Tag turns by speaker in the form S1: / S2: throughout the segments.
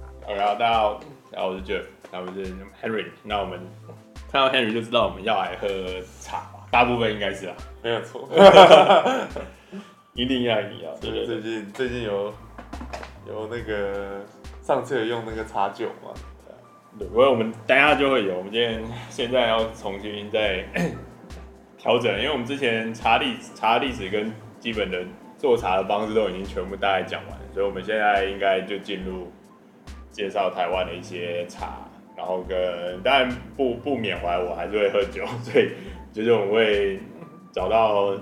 S1: 家好，然后我是 Jeff，然后我是 Henry，那我们看到 Henry 就知道我们要来喝茶吧，大部分应该是啊，
S2: 没有 错。
S1: 一定要你啊，对不对？
S2: 最近最近有有那个上次有用那个茶酒嘛？啊
S1: 对，不过我们等一下就会有，我们今天现在要重新再 调整，因为我们之前查历查历史跟基本的做茶的方式都已经全部大概讲完了，所以我们现在应该就进入介绍台湾的一些茶，然后跟当然不不缅怀我还是会喝酒，所以就是我们会找到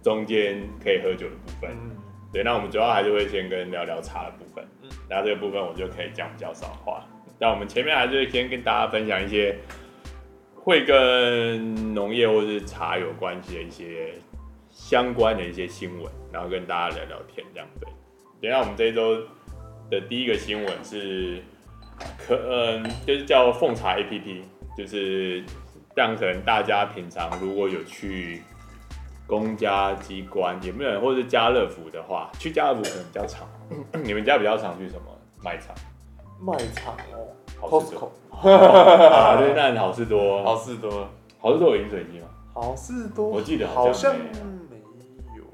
S1: 中间可以喝酒的部分。
S2: 嗯，
S1: 对，那我们主要还是会先跟聊聊茶的部分，
S2: 嗯
S1: 然后这个部分我就可以讲比较少话。那我们前面还是先跟大家分享一些会跟农业或是茶有关系的一些相关的一些新闻，然后跟大家聊聊天这样对。等一下我们这一周的第一个新闻是可嗯、就是叫奉茶 A P P，就是让可能大家平常如果有去公家机关，有没有人或是家乐福的话，去家乐福可能比较 常。你们家比较常去什么卖场？
S2: 卖场哦
S1: 好事多嗯
S2: ，Costco，
S1: 啊， 对，那好事多，
S2: 好
S1: 好
S2: 事多，
S1: 好事多有饮水机吗？
S2: 好事多，
S1: 我记得好
S2: 好
S1: 像
S2: 像
S1: 没有
S2: 没有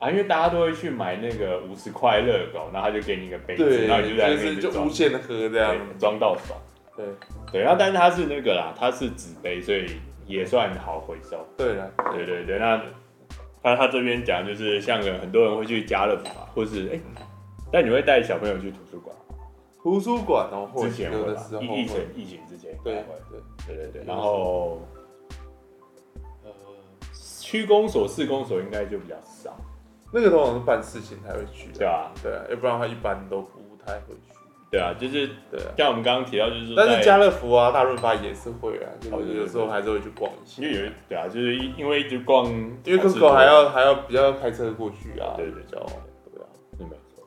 S2: 欸
S1: 啊，因为大家都会去买那个五十块乐狗，然后他就给你一个杯子，
S2: 对，
S1: 然后你就在那
S2: 就
S1: 边一
S2: 是
S1: 直
S2: 就
S1: 装
S2: 无，限的喝这样，
S1: 对，装到爽。
S2: 对
S1: 对，然后但是它是那个啦，它是纸杯，所以也算好回收。
S2: 对了，
S1: 对对对，那那他这边讲就是像个很多人会去家乐福啊，或是哎、但你会带小朋友去图书馆？
S2: 图书馆哦，或
S1: 之
S2: 者
S1: 前
S2: 有
S1: 会
S2: 的
S1: 吧
S2: 时候，
S1: 疫疫情
S2: 会，
S1: 疫情之前应该
S2: 对
S1: 会。
S2: 对，
S1: 对对对，
S2: 嗯
S1: 然后呃，区公所、市公所应该就比较少，
S2: 那个通常是办事情才会去
S1: 对
S2: 的，
S1: 吧、
S2: 对啊，要不然他一般都不太会去，
S1: 对啊，就是
S2: 对啊。
S1: 像我们刚刚提到，就是说
S2: 但是
S1: 在
S2: 家乐福啊、大润发也是会啊，
S1: 哦
S2: 就
S1: 对
S2: 是
S1: 对
S2: 有时候还是会去逛一下，
S1: 因为有一对啊，就是因因为一直逛，
S2: 因为 Costco 还要还要比较开车过去啊，
S1: 对对
S2: 比较对啊，
S1: 是没错。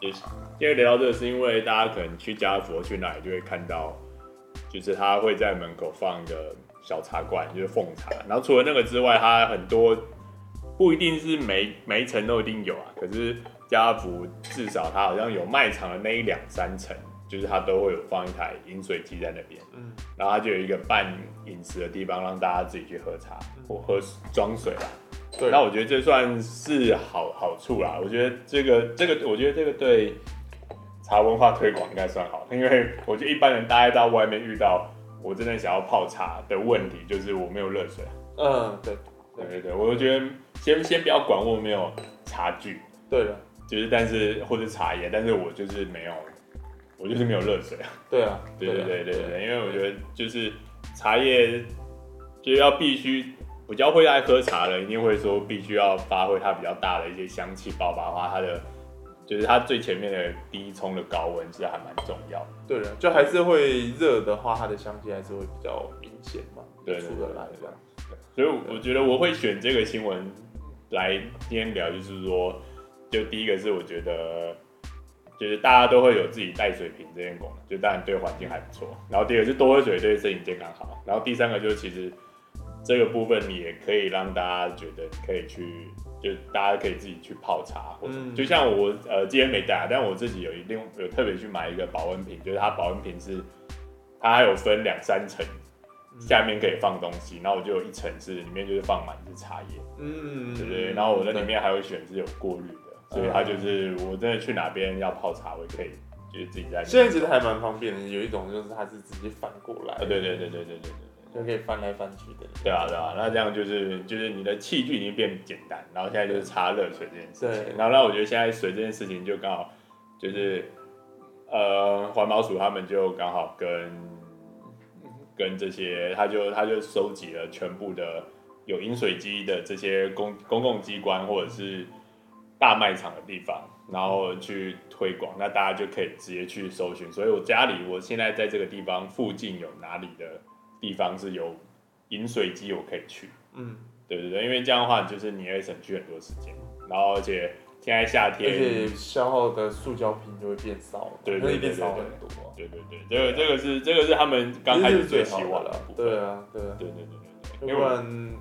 S1: 也是因为聊到这个，是因为大家可能去家乐福或去哪里就会看到，就是他会在门口放一个小茶馆，就是奉茶。然后除了那个之外，它很多不一定是每每一层都一定有啊，可是家乐福至少它好像有卖场的那一两三层，就是它都会有放一台饮水机在那边，
S2: 嗯，
S1: 然后它就有一个半饮食的地方，让大家自己去喝茶或喝装水啊啦。
S2: 对。
S1: 那我觉得这算是好好处啦。我觉得这个这个，我觉得这个对茶文化推广应该算好，因为我觉得一般人大家到外面遇到，我真的想要泡茶的问题就是我没有热水啊。
S2: 嗯，对
S1: 对对对，我就觉得先先不要管我有没有茶具，
S2: 对了，
S1: 就是但是或者茶叶，但是我就是没有，我就是没有热水啊。
S2: 对啊，
S1: 对对
S2: 啊
S1: 对对对，因为我觉得就是茶叶就是要必须，比较会爱喝茶的人一定会说必须要发挥它比较大的一些香气爆发化，它的就是它最前面的低冲的高温其实还蛮重要的。
S2: 对了，就还是会热的话，它的香气还是会比较明显嘛，
S1: 对对
S2: 出
S1: 对
S2: 得来这样。
S1: 所以我我觉得我会选这个新闻来今天聊，就是说，就第一个是我觉得，就是大家都会有自己带水瓶这件功能，就当然对环境还不错。然后第二个是多喝水对身体健康好，然后第三个就是其实这个部分你也可以让大家觉得可以去，就大家可以自己去泡茶或者、
S2: 嗯
S1: 就像我呃今天没带啊，但我自己有一定有特别去买一个保温瓶，就是它保温瓶是它还有分两三层。下面可以放东西，然后我就有一层是里面就是放满是茶叶，
S2: 嗯，
S1: 对不对？然后我在里面还会选是有过滤的，所以它就是我真的去哪边要泡茶，我也可以就是自己在里面。
S2: 现在其实还蛮方便的，有一种就是它是直接翻过来，
S1: 啊，对对对对对对对对，
S2: 就可以翻来翻去的。
S1: 对啊对啊，那这样就是就是你的器具已经变简单，然后现在就是插热水这件事情，
S2: 对
S1: 然后那我觉得现在水这件事情就刚好就是呃环保署他们就刚好跟跟这些，他就他就收集了全部的有饮水机的这些公公共机关或者是大卖场的地方，然后去推广，那大家就可以直接去搜寻。所以我家里我现在在这个地方附近有哪里的地方是有饮水机，我可以去。
S2: 嗯，
S1: 对对对，因为这样的话，就是你会省去很多时间，然后而且现在夏
S2: 而且
S1: 天，
S2: 消耗的塑胶瓶就会变少，
S1: 对
S2: 那
S1: 对
S2: 一
S1: 对对
S2: 定
S1: 对
S2: 少很多啊。
S1: 对对对，这个这个是这个是他们刚开始最希望的
S2: 了
S1: 部，分。
S2: 对啊，对啊，
S1: 对对对对对，
S2: 要
S1: 因
S2: 不
S1: 为我
S2: 然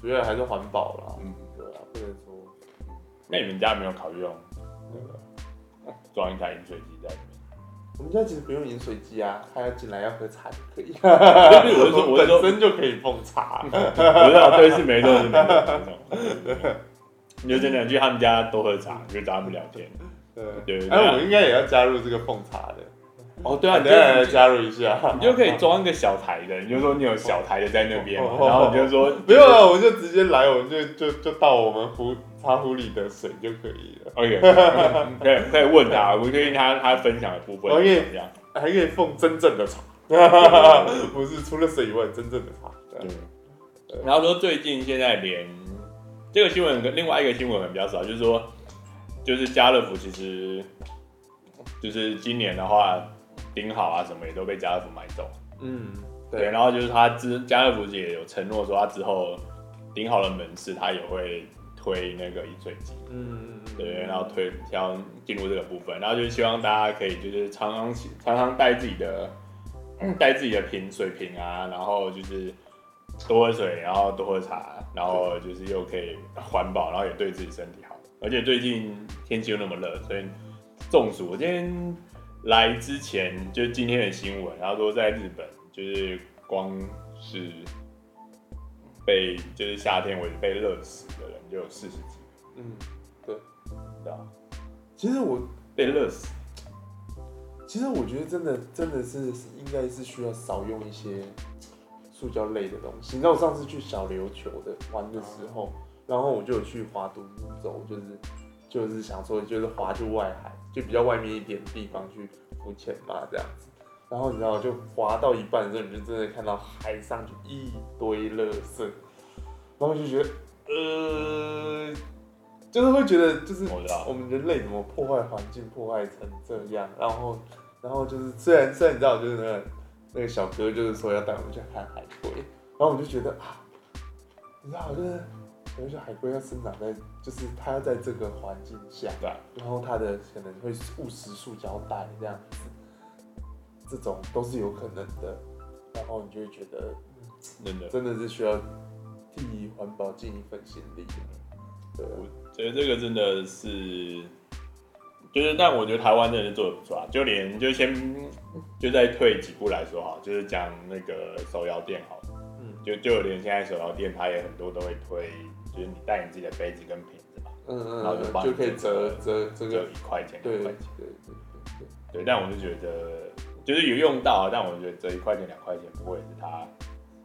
S2: 主要还是环保啦，
S1: 嗯。
S2: 对啊，不能说
S1: 那你们家没有考虑用那个装一台饮水机在里面？
S2: 我们家其实不用饮水机啊，他要进来要喝茶就可以。
S1: 不是我是 说我是说嗯
S2: 本身就可以奉茶。
S1: 我知道，对，是没错，是没错。没错你就真的去他们家多喝茶，你就找他们聊天。对
S2: 对，
S1: 对
S2: 哎，我应该也要加入这个奉茶的。
S1: 哦，对啊，
S2: 等
S1: 你
S2: 一
S1: 就
S2: 下来加入一下
S1: 你。就可以装一个小台的，你就说你有小台的在那边，然后你就说
S2: 没有啊，我们就直接来，我们就就就倒我们壶茶壶里的水就可以了，
S1: OK，可以可以问他，我建议他他分享的部分
S2: OK
S1: 这样。
S2: 还可以奉真 正的茶，不是除了水以外真正的茶。对
S1: 对然后说最近现在连这个新闻跟另外一个新闻很比较少，就是说，就是家乐福其实就是今年的话，顶好啊什么也都被家乐福买走。
S2: 嗯，
S1: 对，
S2: 对，
S1: 然后就是他之家乐福也有承诺说，他之后顶好了门市，他也会推那个饮水机。
S2: 嗯，
S1: 对，然后推挑进入这个部分，然后就是希望大家可以就是常常起常常带自己的嗯带自己的瓶水瓶啊，然后就是多喝水，然后多喝茶，然后就是又可以环保，然后也对自己身体好。而且最近天气又那么热，所以中暑。我今天来之前就是今天的新闻，然后说在日本就是光是被就是夏天为止被热死的人就有四十几
S2: 嗯，
S1: 个，知道吗
S2: 其实我
S1: 被热死。
S2: 其实我觉得真的真的是应该是需要少用一些塑胶类的东西。你知道我上次去小琉球的玩的时候，然后我就有去划独木舟，就是就是想说就是划去外海，就比较外面一点的地方去浮潜嘛这样子。然后你知道就划到一半的时候，你就真的看到海上就一堆垃圾，然后就觉得呃，就是会觉得就是
S1: 我知道
S2: 我们人类怎么破坏环境，破坏成这样？然后，然后就是虽然虽然你知道，就是那个那个小哥就是说要带我们去看海龟，然后我就觉得啊，你知道，就是有些海龟要生长在，就是它要在这个环境下，
S1: 对啊
S2: 然后它的可能会误食塑胶袋这样子，这种都是有可能的。然后你就会觉得，
S1: 真的，
S2: 真的是需要替环保尽一份心力。对，
S1: 所以这个真的是，就是，但我觉得台湾真的是做的不错啊，就连就先就再退几步来说好，就是讲那个手摇店好了，
S2: 嗯
S1: 就就连现在手摇店它也很多都会推，就是你带你自己的杯子跟瓶子嘛，
S2: 嗯嗯，
S1: 然后就
S2: 嗯
S1: 帮
S2: 就
S1: 你
S2: 可以折
S1: 折
S2: 折这
S1: 就
S2: 个，
S1: 一块钱
S2: 对
S1: 两
S2: 对
S1: 块
S2: 对
S1: 钱，
S2: 对对，
S1: 对，但我就觉得就是有用到啊，但我觉得这一块钱两块钱不会是它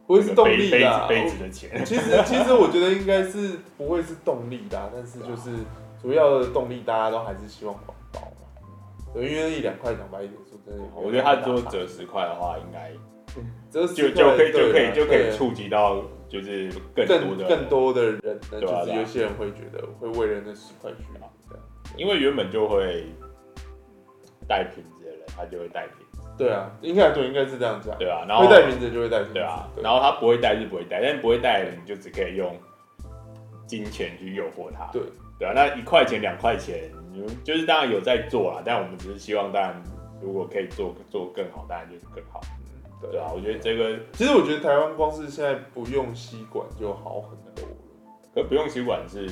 S2: 不会是动
S1: 杯
S2: 力
S1: 杯
S2: 的
S1: 子
S2: 啊。
S1: 杯子的钱，
S2: 其实其实我觉得应该是不会是动力的啊，但是就是主要的动力大家都还是希望环保嘛。对，因为一两块两百一点数真的有，
S1: 我觉得它如果折十块的话，应该就
S2: 折十块
S1: 就可以
S2: 对
S1: 就可以
S2: 啊
S1: 就可以
S2: 对
S1: 触及到就是更多
S2: 更
S1: 的
S2: 更多的人呢，
S1: 对啊
S2: 就是有些人会觉得会为了那十块去
S1: 对啊
S2: 这样
S1: 因为原本就会带瓶子的人，他就会带瓶子，
S2: 对啊，应该对，应该是这样讲。
S1: 对啊，然后
S2: 会带名字就会带名字，
S1: 对啊，然后他不会带是不会带，但不会带的人你就只可以用金钱去诱惑他，
S2: 对
S1: 对啊，那一块钱两块钱，你们就是当然有在做啦，但我们只是希望，当然如果可以做做更好，当然就是更好，
S2: 嗯
S1: 对啊，我觉得这个
S2: 其实我觉得台湾光是现在不用吸管就好很多了。
S1: 可不用吸管是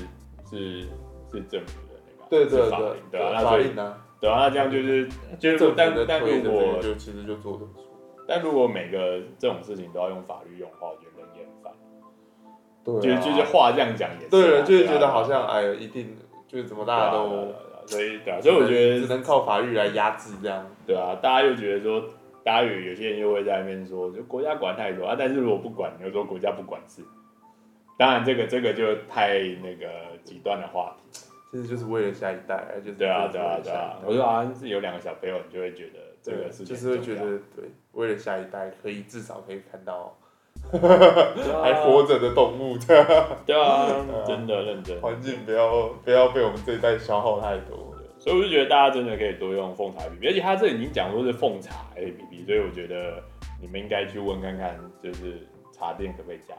S1: 是是政府的那个啊，
S2: 对
S1: 是
S2: 对
S1: 法
S2: 对
S1: 令，对啊，那
S2: 法
S1: 所以
S2: 令啊，
S1: 对啊，那这样就是就
S2: 政
S1: 是
S2: 府
S1: 但
S2: 在
S1: 但如
S2: 推的这个
S1: 果
S2: 就其实就做的不错。
S1: 但如果每个这种事情都要用法律用的话，我觉得人也很烦。就
S2: 对
S1: 是
S2: 啊，
S1: 就是话这样讲也是啊，
S2: 对了，就是
S1: 啊
S2: 觉得好像哎，一定就是怎么
S1: 对啊
S2: 大家
S1: 对啊
S2: 都，
S1: 对啊所以对啊，所以我觉
S2: 只
S1: 得
S2: 能靠法律来压制这样。
S1: 对啊，大家又觉得说，大家有有些人又会在那边说，就国家管太多啊，但是如果不管，你又说国家不管事，当然这个这个就太那个极端的话题，
S2: 其实就是为了下一代，哎就是
S1: 对啊
S2: 真
S1: 对
S2: 的
S1: 啊对啊
S2: 是为了下，一代
S1: 我说好像是有两个小朋友，你就会觉得这个事情
S2: 就是会觉
S1: 很重
S2: 得对，为了下一代可以至少可以看到
S1: 要对啊
S2: 还活着的动物，这样
S1: 对啊，真的认真，
S2: 环境不要不要被我们这一代消耗太多。
S1: 所以我就觉得大家真的可以多用奉茶 APP，而且他这已经讲说是奉茶 APP，所以我觉得你们应该去问看看，就是茶店可不可以加，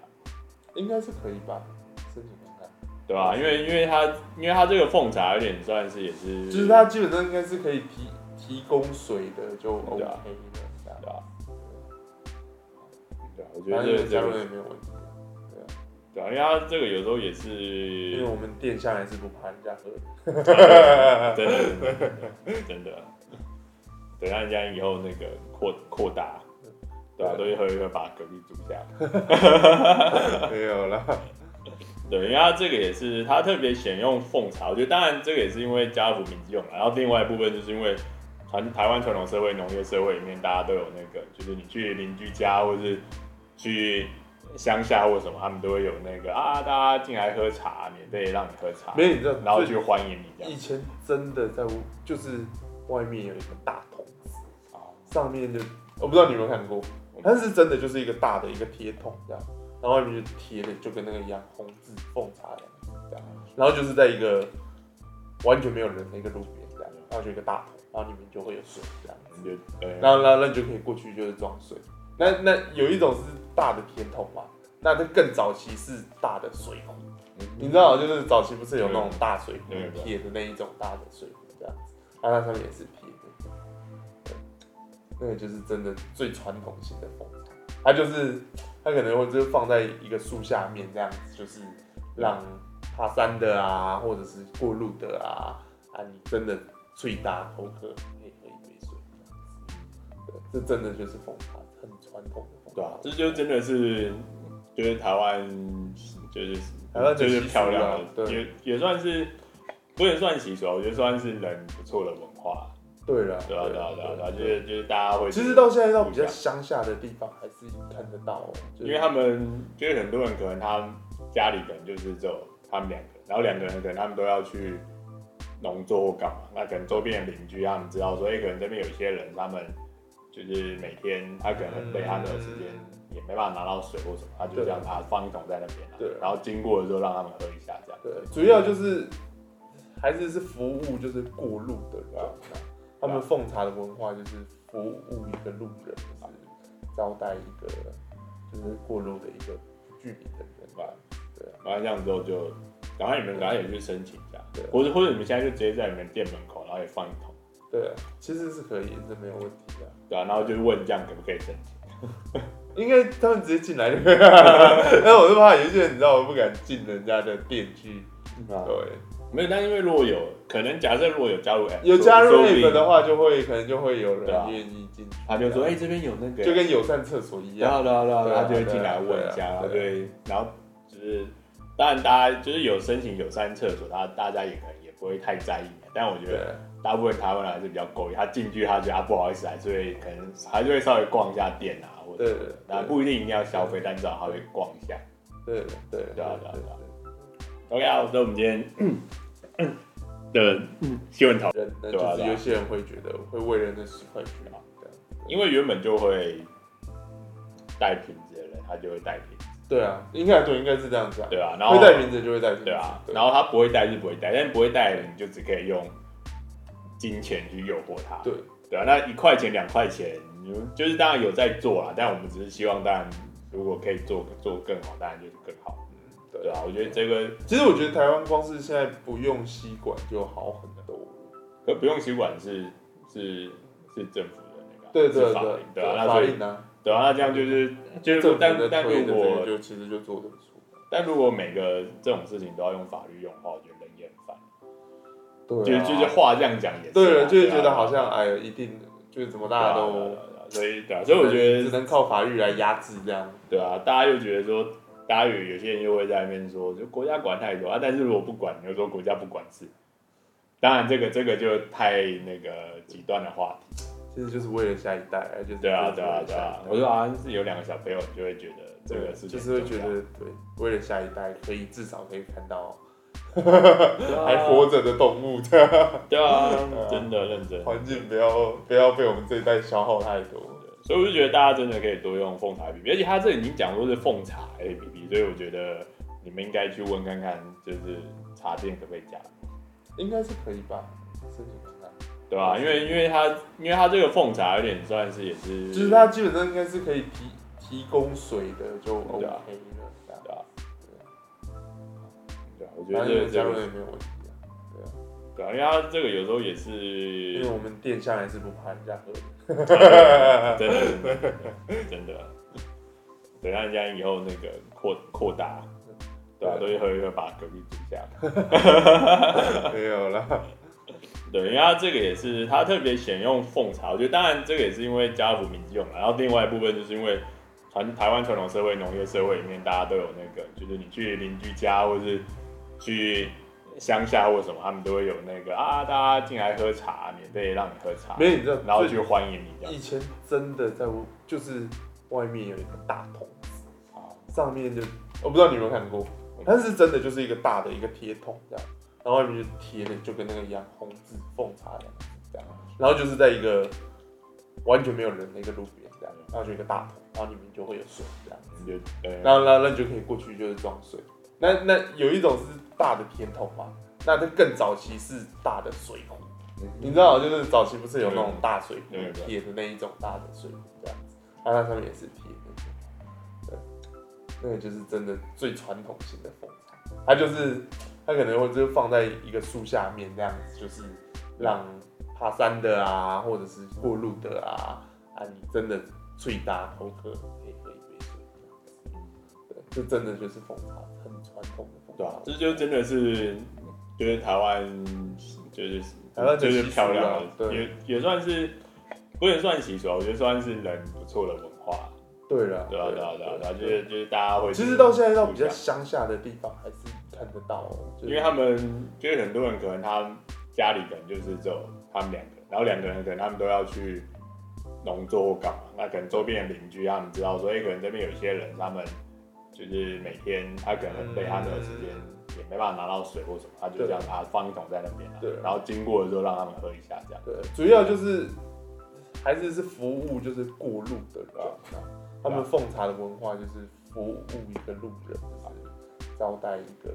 S2: 应该是可以吧，申请看看。
S1: 对吧、因为因为他因为他这个奉茶有点算是也是，
S2: 就是它基本上应该是可以提提供水的就 OK
S1: 对
S2: 了
S1: 啊，
S2: 这样
S1: 对吧、对啊，我觉
S2: 反
S1: 得
S2: 正
S1: 这个
S2: 有加
S1: 这
S2: 入
S1: 个
S2: 也没有问题啊。对
S1: 对啊，
S2: 啊，
S1: 因为他这个有时候也
S2: 因
S1: 是
S2: 为我们店向来是不怕人家喝的。
S1: 真的真的真的真的等到人家以后那个扩扩大，对啊，都会会会把蛤蜊煮下来。
S2: 没有啦，
S1: 对，因为它这个也是它特别选用凤茶，我觉得当然这个也是因为家福民之用嘛，然后另外一部分就是因为传台湾传统社会、农业社会里面，大家都有那个，就是你去邻居家或是去乡下或什么，他们都会有那个啊，大家进来喝茶，免费让你喝茶，
S2: 没有你知道，
S1: 然后去欢迎你这样
S2: 最以。前真的在屋就是外面有一个大桶子，
S1: 哦
S2: 上面就我不知道你有没有看过，但是真的就是一个大的一个铁桶这样，然后外面就贴的就跟那个一样红字凤茶两个字这样，然后就是在一个完全没有人的一个路边这样，然后就一个大桶，然后里面就会有水这样子。
S1: 你就对，
S2: 然后，然后那你就可以过去就是装水。那那有一种是大的铁桶嘛，那它更早期是大的水壶，你知道，就是早期不是有那种大水壶
S1: 对对
S2: 铁的那一种大的水壶这样子，然后它上面也是铁的，对，那个就是真的最传统型的风场，它就是它可能会就是放在一个树下面这样子，就是让爬山的啊，或者是过路的啊，啊，你真的最大口渴可以喝一杯水这样子。对，这真的就是风茶，很传统的风茶。
S1: 对啊，这就真的是就是台湾就是
S2: 台湾的
S1: 就是
S2: 习俗啊
S1: 漂亮的，
S2: 对
S1: 也也算是不能算习俗啊，我觉得算是人不错的文化。
S2: 对了，
S1: 对啊，对啊，对啊，对啊，就是就是大家会，
S2: 其实到现在到比较乡下的地方还是看得到、哦，就是
S1: 因为他们就是很多人可能他家里可能就是只有他们两个，然后两个人可能他们都要去农作或干嘛，那可能周边的邻居他们知道说，哎、可能这边有些人他们就是每天他可能很累，他没有时间也没办法拿到水或什么，他就这样
S2: 嗯对
S1: 他放一桶在那边、啊，
S2: 对
S1: 然后经过的时候让他们喝一下这样，
S2: 对，主要就是还是是服务，就是过路的人啊。他们奉茶的文化就是服务一个路人，就是招待一个就是过路的一个居民的人
S1: 对
S2: 吧。
S1: 吧？
S2: 啊
S1: 然后这样之后就，然后你们赶快也去申请一下
S2: 对，啊
S1: 或者或者你们现在就直接在你们店门口，然后也放一桶，
S2: 对啊，其实是可以，这没有问题的、
S1: 对啊，然后就问这样可不可以申请。
S2: 应该他们直接进来就 可以了，但我是怕有一些人你知道我不敢进人家的店去。
S1: 啊
S2: 对，
S1: 没有，但因为如果有可能，假设如果有加入 app，
S2: 有加入
S1: 说不
S2: app
S1: 定
S2: 的话，就会可能就会有
S1: 对啊
S2: 人愿意进去。
S1: 他就说：“哎、这边有那个，
S2: 就跟友善厕所
S1: 对
S2: 一样。
S1: 啊对啊对啊，
S2: 对啊
S1: 他就会进来问一
S2: 对
S1: 下，
S2: 啊
S1: 然后
S2: 对
S1: 对，然后就是，当然大家就是有申请有三厕所，大大家也可能也不会太在意，但我觉
S2: 对
S1: 得，大部分台湾人还是比较狗，他进去他觉得他不好意思，还是会可能还是会稍微逛一下店啊，或
S2: 对
S1: 者
S2: 对对
S1: 那不一定一定要消费，但至少他会逛一下。
S2: 对对
S1: 对啊对啊对啊 OK 啊，所以我们今天的新闻讨论，
S2: 人呢，
S1: 对啊对
S2: 就是
S1: 啊
S2: 有些人会觉得会为了那十块去啊，
S1: 因为原本就会带瓶子的人，他就会带瓶子。”
S2: 对啊，应该对，应该是这样讲，
S1: 对啊，然后
S2: 会带名字就会带名字，
S1: 对啊，然后他不会带是不会带，但不会带的你就只可以用金钱去诱惑他。
S2: 对
S1: 对啊，那一块钱两块钱，你就就是当然有在做啦，但我们只是希望，当然如果可以做做更好，当然就是更好。
S2: 对
S1: 对啊，我觉得这个
S2: 其实我觉得台湾光是现在不用吸管就好很多，
S1: 可不用吸管是是是政府的那个啊，
S2: 对对
S1: 是法
S2: 对
S1: 令，对啊，那
S2: 法
S1: 所以
S2: 令呢，
S1: 对啊，那这样就是就
S2: 政
S1: 是
S2: 府
S1: 但
S2: 在
S1: 但
S2: 推
S1: 如
S2: 的这个
S1: 果
S2: 就其实就做得不错，
S1: 但如果每个这种事情都要用法律用的话，我觉得人也很烦。就
S2: 对啊，
S1: 就是话这样讲也是啊，
S2: 对了，就是
S1: 啊
S2: 觉得好像哎呀，一定就是怎么大家
S1: 对啊
S2: 都，
S1: 对啊对啊所以对啊，所以我觉
S2: 只
S1: 得
S2: 能靠法律来压制这样，
S1: 对啊，大家又觉得说，大家有有些人又会在那边说，就国家管太多啊，但是如果不管，你又说国家不管事，当然这个这个就太那个极端的话题，
S2: 其实就是为了下一代，哎就是
S1: 对啊
S2: 就是
S1: 对啊
S2: 为
S1: 对
S2: 了下一代
S1: 啊，我说好像是有两个小朋友，你就会觉得这个事情
S2: 就是会觉
S1: 很重
S2: 得对，为了下一代可以至少可以看到
S1: 要
S2: 还活着的动物，对啊，
S1: 对啊，真的认真。
S2: 环境不要不要被我们这一代消耗太多。
S1: 所以我就觉得大家真的可以多用凤茶 APP，而且他这已经讲说是凤茶 APP，所以我觉得你们应该去问看看，就是茶店可不可以加，
S2: 应该是可以吧？申请看看，
S1: 对吧、因为因为他因为他这个凤茶有点算是也是，
S2: 就是它基本上应该是可以提提供水的就 OK
S1: 对
S2: 了
S1: 啊，
S2: 这样
S1: 对吧、对啊，我觉
S2: 反
S1: 得
S2: 正
S1: 这
S2: 有
S1: 个这
S2: 加入
S1: 个
S2: 也没有问题啊，对啊，
S1: 对啊，因为他这个有时候也
S2: 因
S1: 是
S2: 为我们店向来是不怕人家喝的，
S1: 啊真的真的真的真的，等让人家以后那个扩扩大，对吧、啊？都会会会把隔壁煮下来。
S2: 没有啦，
S1: 对，因为它这个也是它特别选用奉茶，我觉得当然这个也是因为家福民用啦，然后另外一部分就是因为传台湾传统社会、农业社会里面，大家都有那个，就是你去邻居家或是去乡下或什么，他们都会有那个啊，大家进来喝茶，免费让你喝茶，
S2: 没有你知道，
S1: 然后
S2: 最
S1: 就欢迎你这样
S2: 以。前真的在我就是外面有一个大桶子，
S1: 啊
S2: 上面就我不知道你有没有看过，但是真的就是一个大的一个铁桶这样，然后外面就贴的就跟那个一样红字奉茶两个字这样，然后就是在一个完全没有人的一个路边这样，然后就一个大桶，然后里面就会有水这样子，
S1: 你就对，
S2: 然后那那你就可以过去就是装水，那那有一种是大的铁桶嘛，那它更早期是大的水壶。你知道，就是早期不是有那种大水壶
S1: 对对
S2: 铁的那一种大的水壶这样子，然后它上面也是铁的，对，那个就是真的最传统型的风采。它就是它可能会就是放在一个树下面这样子，就是让爬山的啊，或者是过路的啊，啊，你真的最大口渴可以喝一杯水这样子，对，这真的就是风茶，很传统的风
S1: 对
S2: 茶
S1: 啊，，这就真的是就是台湾就是
S2: 台湾的
S1: 就是
S2: 习俗
S1: 漂
S2: 啦
S1: 亮的，
S2: 对
S1: 也也算是不能算习俗啊，我觉得算是人不错的文化。
S2: 对了，
S1: 对啊，对啊，对啊，对啊，就是就是大家会
S2: 其实到现在到比较
S1: 互相
S2: 乡下的地方还是看得到哦，就是
S1: 因为他们就是很多人可能他家里可能就是只有他们两个，然后两个人可能他们都要去农作或干嘛，那可能周边的邻居他们知道说，哎、可能这边有一些人他们就是每天他可能被他的时间也没办法拿到水或什么，他就这样他放一桶在那边、啊，
S2: 对
S1: 然后经过的时候让他们喝一下这样，
S2: 对，主要就是还是是服务就是过路的人啊，他们奉茶的文化就是服务一个路人，就是招待一个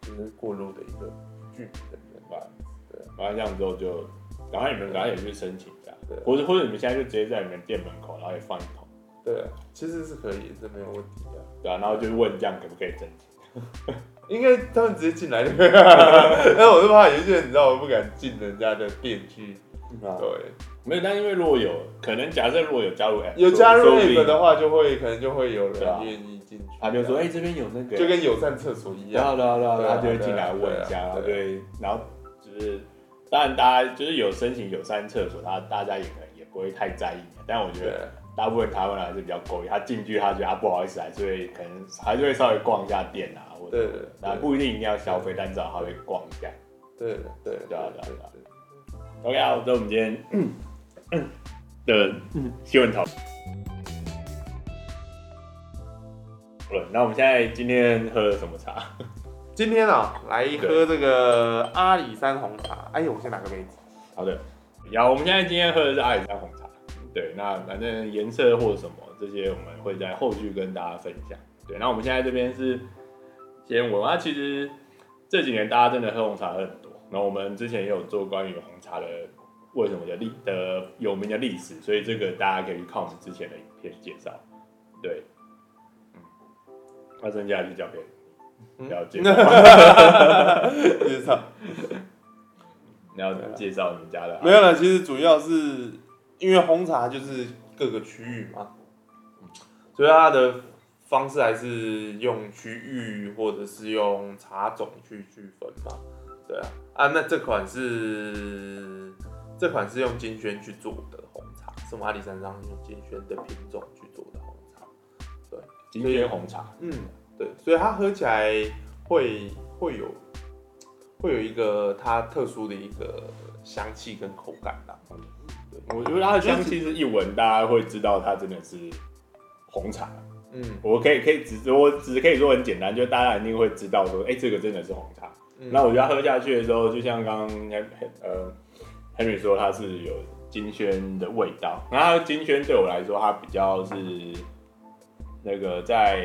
S2: 就是过路的一个居民的人吧，对
S1: 然后这样之后就，然后你们赶快也去申请这样
S2: 对，
S1: 或者或者你们现在就直接在你们店门口，然后也放一桶，
S2: 对，啊其实是可以，是没有问题的、
S1: 对啊，然后就问这样可不可以申请。
S2: 应该他们直接进来就 可以了，但我是怕有一些人你知道我不敢进人家的店去，对，
S1: 没有，但因为如果有可能，假设如果有加入 app，
S2: 有加入
S1: 说不
S2: app
S1: 定
S2: 的话，就会可能就会有
S1: 对啊
S2: 人愿意进去，
S1: 他就说，哎、这边有那个，
S2: 就跟友善厕所一
S1: 然
S2: 样，
S1: 后然后然后
S2: 对啊
S1: 他就会进来问一下，
S2: 对啊
S1: 然后就
S2: 对
S1: 会，然后就是，当然大家就是有申请友善厕所，他大家也可能也不会太在意，但我觉
S2: 对
S1: 得。大部分台湾人还是比较故意，他进去他觉得啊他不好意思，还是会可能还是会稍微逛一下店啊，或
S2: 对
S1: 者
S2: 对对
S1: 那不一定一定要消费，但至少他会逛一下。
S2: 对对
S1: 对啊对啊 OK 啊，这是我们今天嗯嗯 的嗯新闻讨论。那我们现在今天喝了什么茶？
S2: 今天啊，来喝这个阿里山红茶。哎呦，我先拿个杯 子。
S1: 好的，然后啊我们现在今天喝的是阿里山红茶。对，那反正颜色或什么这些，我们会在后续跟大家分享。对，那我们现在这边是先闻，那其实这几年大家真的喝红茶喝很多，那我们之前也有做关于红茶的为什么的历的有名的历史，所以这个大家可以去看我们之前的影片介绍。对，嗯，那剩下去交给
S2: 嗯
S1: 你了解，
S2: 介绍
S1: 你要介绍你们家的
S2: 没有了，其实主要是因为红茶就是各个区域嘛，所以它的方式还是用区域或者是用茶种去区分嘛。对啊，啊，那这款是这款是用金萱去做的红茶，是我们阿里山上用金萱的品种去做的红茶。
S1: 金萱红茶，
S2: 嗯，对，所以它喝起来会会有会有一个它特殊的一个香气跟口感啦。对，
S1: 我觉得它的香气是一闻，大家会知道它真的是红茶。
S2: 嗯
S1: 我可以可以只我只可以说很简单，就大家一定会知道说，哎、这个真的是红茶。
S2: 嗯
S1: 那我觉得它喝下去的时候，就像刚刚呃 Henry 说，它是有金萱的味道。那金萱对我来说，它比较是那个在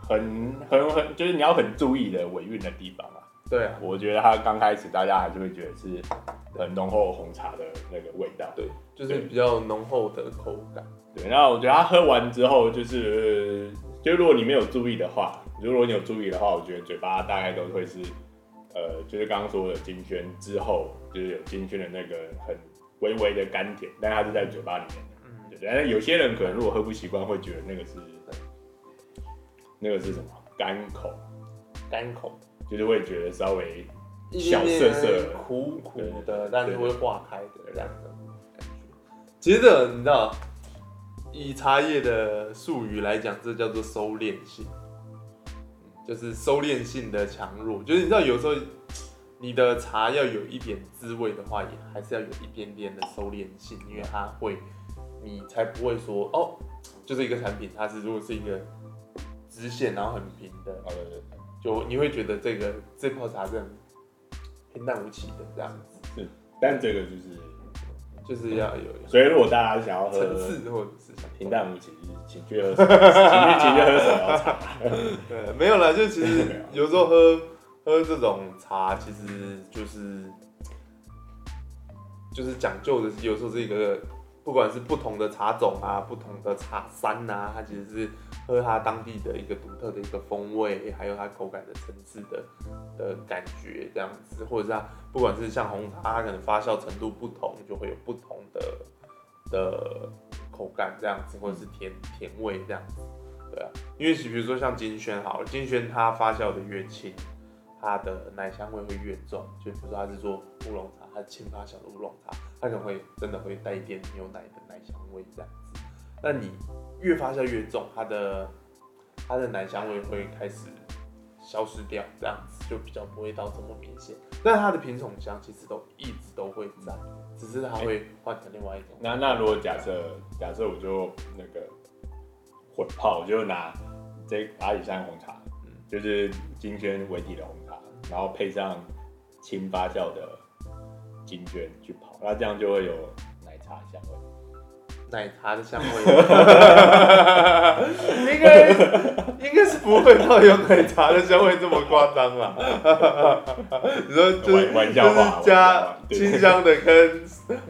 S1: 很很很，就是你要很注意的尾韵的地方啊。
S2: 对啊，
S1: 我觉得它刚开始大家还是会觉得是很浓厚红茶的那个味道。
S2: 对，就是比较浓厚的口感。
S1: 对，那我觉得他喝完之后，就是就如果你没有注意的话，如果你有注意的话，我觉得嘴巴大概都会是，呃，就是刚刚说的金萱之后，就是有金萱的那个很微微的甘甜，但它是在嘴巴里面的。
S2: 嗯，
S1: 对，但是有些人可能如果喝不习惯，会觉得那个是那个是什么干口，
S2: 嗯干口。
S1: 就是会觉得稍微
S2: 一
S1: 小
S2: 点
S1: 涩涩
S2: 点
S1: 的
S2: 苦苦
S1: 对
S2: 的，但是
S1: 对
S2: 会化开的这样的感觉。其实这个你知道，以茶叶的术语来讲，这叫做收敛性，就是收敛性的强弱。就是你知道，有时候你的茶要有一点滋味的话，也还是要有一点点的收敛性，因为它会，你才不会说哦，就是一个产品，它是如果是一个直线然后很平的，
S1: 好的，
S2: 就你会觉得这个这泡茶是很平淡无奇的这样子，
S1: 是，但这个就是，
S2: 就是要有
S1: 所以如呃果大家想要
S2: 层
S1: 喝
S2: 次或者是想
S1: 平淡无奇，请去喝，请去请去喝手摇茶。
S2: 对，没有啦，就其实有时候喝喝这种茶，其实就是就是讲究的，有时候是一个不管是不同的茶种啊，不同的茶山啊，它其实是喝它当地的一个独特的一个风味，还有它口感的层次的的感觉这样子，或者是它不管是像红茶，它可能发酵程度不同，就会有不同的的口感这样子，或者是甜甜味这样子，对啊。因为比如说像金萱好了，金萱它发酵的越轻，它的奶香味会越重。就比如说它是做乌龙茶，它轻发酵的乌龙茶，它可能会真的会带一点牛奶的奶香味这样子。那你越发酵越重，它的它的奶香味会开始消失掉，这样子就比较不会到这么明显。但它的品种香其实都一直都会在，只是它会换成另外一种。
S1: 那那如果假设假设我就那个混泡，我就拿这阿里山红茶，
S2: 嗯
S1: 就是金萱为底的红茶，然后配上轻发酵的金萱去泡，那这样就会有奶茶香味。
S2: 奶茶的香味， 应该应该是不会到有奶茶的香味这么夸张啦。 你说就是
S1: 玩玩
S2: 就
S1: 笑
S2: 是
S1: 话
S2: 加
S1: 玩笑话对
S2: 清香的跟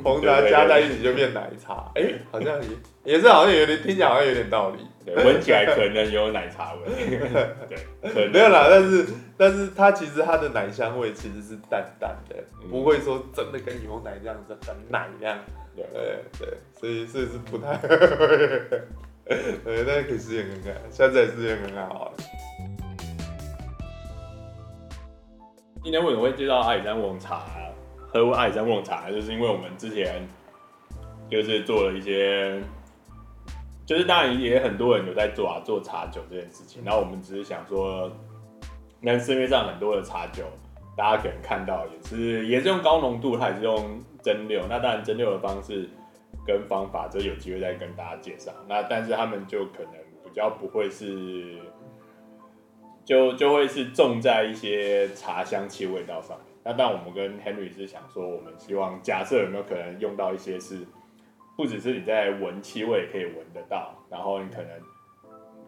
S2: 红茶加在一起就变奶茶，哎、好像也也是好像有点听起来好像有点道理。
S1: 对，闻起来可能有奶茶味。 对，可能
S2: 没有啦，但是但是它其实它的奶香味其实是淡淡的，
S1: 嗯
S2: 不会说真的跟牛奶这样子很奶这样。
S1: 对
S2: 对对，所以所以是不太对，但是可以试验看看，下次来试验看看好了。
S1: 今天为什么会介绍阿里山乌龙茶，喝过阿里山乌龙茶，就是因为我们之前就是做了一些，就是当然也很多人有在做啊，做茶酒这件事情。然后我们只是想说，那市面上很多的茶酒，大家可能看到也是也是用高浓度，它也是用蒸馏。那当然蒸馏的方式跟方法，这有机会再跟大家介绍。那但是他们就可能比较不会是就就会是重在一些茶香气味道上面。那但我们跟 Henry 是想说，我们希望假设有没有可能用到一些是，不只是你在闻气味可以闻得到，然后你可能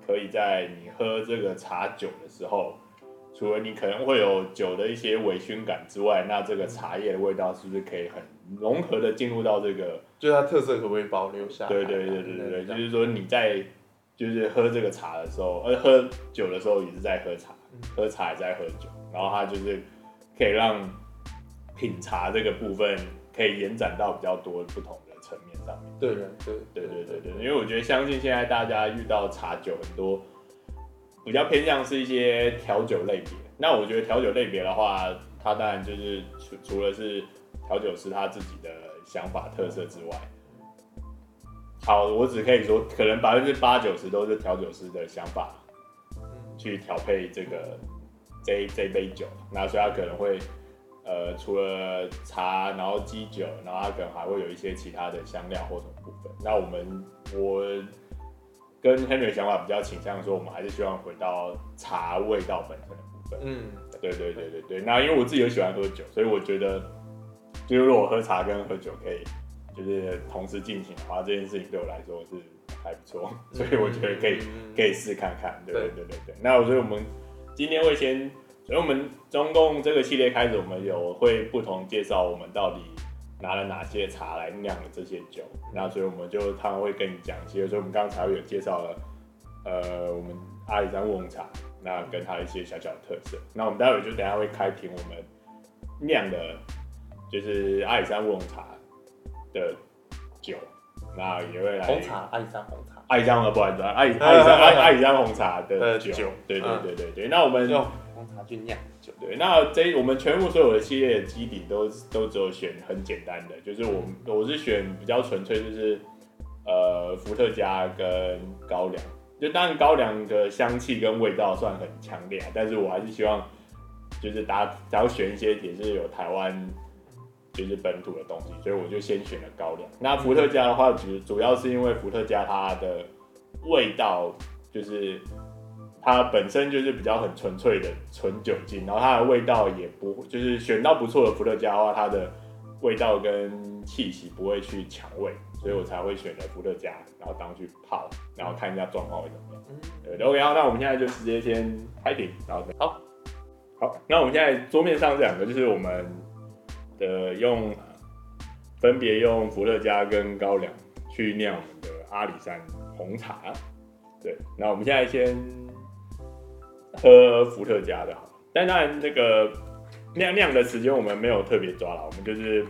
S1: 可以在你喝这个茶酒的时候，除了你可能会有酒的一些微醺感之外，那这个茶叶的味道是不是可以很融合的进入到这个？
S2: 就它特色可不可以保留下来？
S1: 对对对对对，就
S2: 这样
S1: 是说你在就是喝这个茶的时候，呃，喝酒的时候也是在喝茶，喝茶也在喝酒，然后它就是可以让品茶这个部分可以延展到比较多不同的层面上面。
S2: 对对对
S1: 对对对对，因为我觉得相信现在大家遇到茶酒很多比较偏向是一些调酒类别。那我觉得调酒类别的话，它当然就是除除了是调酒师他自己的想法特色之外，好，我只可以说，可能百分之八九十都是调酒师的想法
S2: 嗯
S1: 去调配这个这一这一杯酒，那所以他可能会呃除了茶，然后基酒，然后他可能还会有一些其他的香料或什么部分。那我们我跟 Henry 的想法比较倾向说，我们还是希望回到茶味道本身的部分。
S2: 嗯，
S1: 对对对对对，那因为我自己也喜欢喝酒，所以我觉得，就是如果喝茶跟喝酒可以就是同时进行的话，这件事情对我来说是还不错，所以我觉得可以
S2: 嗯
S1: 可以试看看。对对
S2: 对
S1: 对对对。那我觉得我们今天会先，所以我们中共这个系列开始，我们有会不同介绍我们到底拿了哪些茶来酿了这些酒。
S2: 嗯
S1: 那所以我们就他们会跟你讲一些，所以我们刚才有介绍了，呃，我们阿里山乌龙茶，那跟它的一些小小的特色。那我们待会就等一下会开瓶我们酿的，就是阿里山乌龙茶的酒，那也会来
S2: 红茶爱上红茶，
S1: 爱江的不然的爱爱江爱爱江红茶
S2: 呃
S1: 的酒
S2: 酒，
S1: 对对
S2: 嗯
S1: 对对对。那我们
S2: 用方茶去酿酒。
S1: 对，那这一我们全部所有的系列的基底都都只有选很简单的，就是我我是选比较纯粹，就是呃伏特加跟高粱，就当然高粱的香气跟味道算很强烈啊，但是我还是希望就是大家只要选一些也是有台湾就是本土的东西，所以我就先选了高粱。那伏特加的话，主主要是因为伏特加它的味道就是它本身就是比较很纯粹的纯酒精，然后它的味道也不就是选到不错的伏特加的话，它的味道跟气息不会去抢味，所以我才会选择伏特加，然后当去泡，然后看一下状况会怎么样。
S2: 嗯，
S1: 对，OK，好那我们现在就直接先开瓶，然后再
S2: 好，
S1: 好，那我们现在桌面上这两个就是我们的用分别用伏特加跟高粱去酿我们的阿里山红茶。对，那我们现在先喝伏特加的好了，但当然这个酿酿的时间我们没有特别抓了，我们就是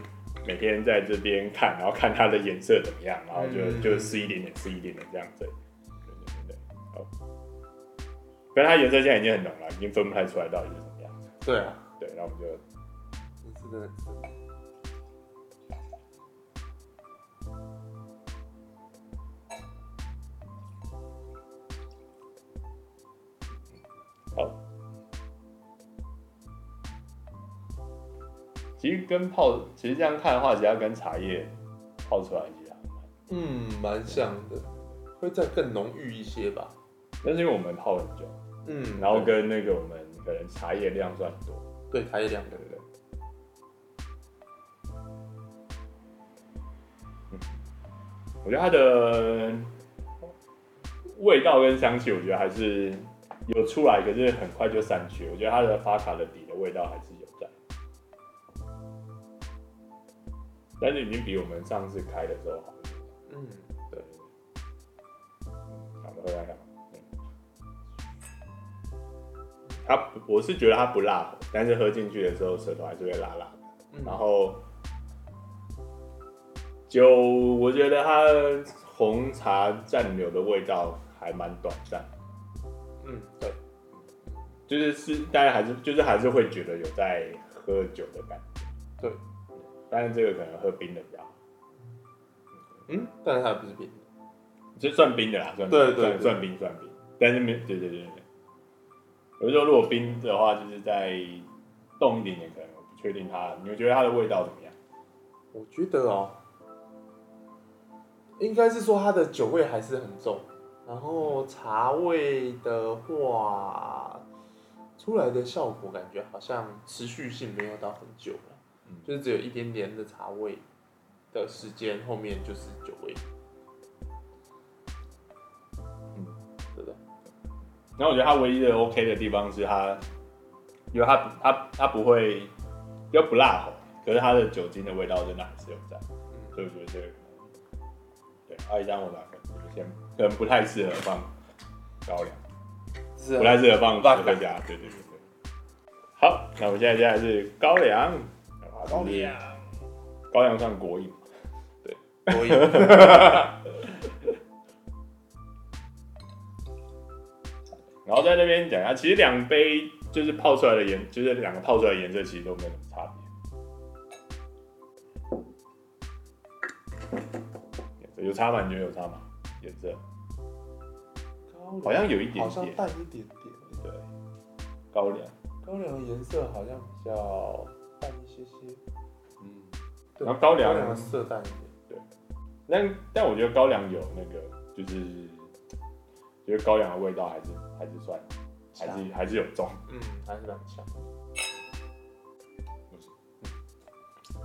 S1: 每天在这边看，然后看它的颜色怎么样，然后就、
S2: 嗯
S1: 就吃一点点，吃一点点这样子。对对对对，好。可是它颜色现在已经很浓了，已经分不太出来到底是什么样子。
S2: 对啊，
S1: 对，然后我们就
S2: 这次真的是
S1: 其实跟泡，其实这样看的话，只要跟茶叶泡出来其实还蛮
S2: 嗯，蛮像的，会再更浓郁一些吧。
S1: 但是因为我们泡很久，
S2: 嗯，
S1: 然后跟那个我们可能茶叶量算多，
S2: 对茶叶两
S1: 对
S2: 个，
S1: 对对。嗯我觉得它的味道跟香气，我觉得还是有出来，可是很快就散去。我觉得它的发卡的底的味道还是有在，但是已经比我们上次开的时候好一点。
S2: 嗯，
S1: 对，好，我喝看看。嗯它不我是觉得它不辣，但是喝进去的时候舌头还是会辣辣的。
S2: 嗯
S1: 然后酒，我觉得它红茶占留的味道还蛮短暂，
S2: 嗯，对，
S1: 就是是大家还是就是还是会觉得有在喝酒的感觉。嗯
S2: 对，
S1: 但是这个可能喝冰的比较好，
S2: 嗯，但是它不是冰，
S1: 就算冰的啦，算
S2: 对对
S1: 算
S2: 对
S1: 算冰算冰，但是没有对对对对。有时候如果冰的话，就是再冻一点点，可能我不确定它，你们觉得它的味道怎么样？
S2: 我觉得哦，应该是说它的酒味还是很重，然后茶味的话，出来的效果感觉好像持续性没有到很久了，
S1: 嗯
S2: 就是只有一点点的茶味的时间，后面就是酒味。
S1: 嗯，
S2: 对的，
S1: 然后我觉得它唯一的 OK 的地方是它，因为它不它它不会又不辣喉，可是它的酒精的味道真的还是有在，所以我觉得这个对，阿一张我把可能可能不太适合放高粱。
S2: 是
S1: 不
S2: 啊，
S1: 太适合放伏特加。对对对对。好，那我们现在接下来是高粱，
S2: 高粱，
S1: 高粱算国饮。
S2: 所以
S1: 然后在那边讲一下，其实两杯就是泡出来的颜，就是两个泡出来的颜色其实都没有什么差别。有差吗？你觉得有差吗？颜色好像有一点点
S2: 好像淡一点点。
S1: 对，高粱，
S2: 高粱的颜色好像比较淡一些些，
S1: 嗯，
S2: 对
S1: 然后高粱
S2: 高粱的色淡一点。
S1: 但但我觉得高粱有那个，就是觉得高粱的味道还是还是算，还
S2: 啊
S1: 是还是有重。
S2: 嗯，还是蛮强。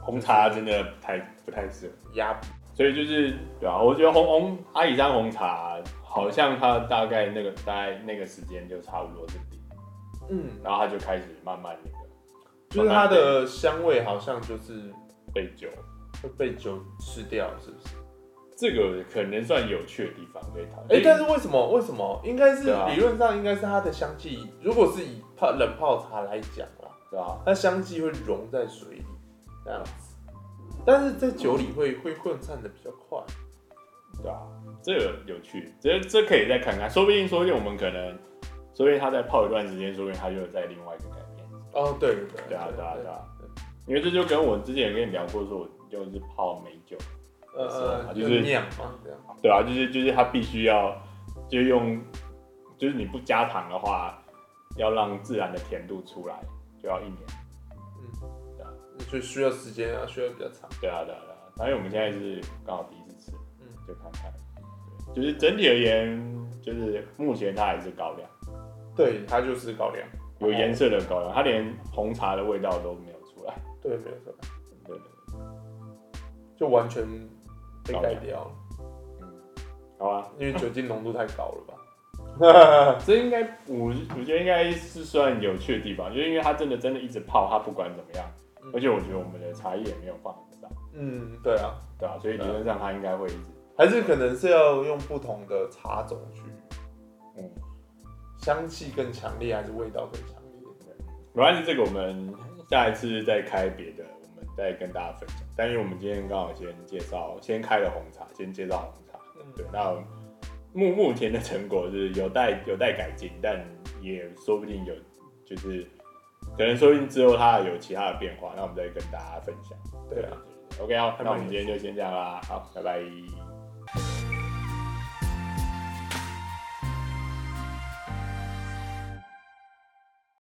S1: 红茶真的不太不太适合，
S2: 鸭鼻
S1: 所以就是对啊，我觉得红红阿里山红茶好像它大概那个大概那个时间就差不多是底，
S2: 嗯，
S1: 然后它就开始慢慢那个
S2: 就是它的香味好像就是
S1: 被酒，
S2: 会被酒吃掉，是不是？
S1: 这个可能算有趣的地方可以讨
S2: 哎、
S1: 论。
S2: 但是为什么？为什么？应该是
S1: 对啊
S2: 理论上应该是它的香气，如果是以泡冷泡茶来讲啦，
S1: 对啊，
S2: 它香气会融在水里这样子，但是在酒里会会混散的比较快。
S1: 对啊，这个有趣，这这可以再看看，说不定说不定我们可能所以它再泡一段时间，说不定它又有在另外一个改变。
S2: 哦，对对对
S1: 对啊，对啊，对啊，因为这就跟我之前也跟你聊过，说我就是泡美酒，
S2: 呃
S1: 啊
S2: 呃，
S1: 就
S2: 就是是酿嘛，这样，
S1: 对啊，就是就是它必须要就是用，就是你不加糖的话，要让自然的甜度出来，就要一年。
S2: 就需要时间啊，需要比较长。
S1: 对啊，对啊，对啊。反正我们现在是刚好第一次吃，
S2: 嗯
S1: 就看看。对就是整体而言，就是目前它还是高粱，
S2: 对，它就是高粱，
S1: 有颜色的高粱，它连红茶的味道都没有出来。
S2: 对，没有错，
S1: 对对对，
S2: 就完全被盖掉了，
S1: 好啊，
S2: 因为酒精浓度太高了吧？
S1: 这应该我我觉得应该是算有趣的地方，就是因为它真的真的一直泡，它不管怎么样，
S2: 嗯
S1: 而且我觉得我们的茶叶也没有放很少，
S2: 嗯，对啊，
S1: 对啊，所以理论上它应该会一直，
S2: 还是可能是要用不同的茶种去，
S1: 嗯，
S2: 香气更强烈，还是味道更强烈？
S1: 没关系，这个我们下一次再开别的，我们再跟大家分享。但因为我们今天刚好先介绍，先开了红茶，先介绍红茶。对
S2: 嗯，，
S1: 那目目前的成果是有待有待改进，但也说不定有，就是可能说不定之后它有其他的变化，那我们再跟大家分享。
S2: 对啊。
S1: OK 好，
S2: 还蛮
S1: 那我们今天就先这样啦，好，拜拜。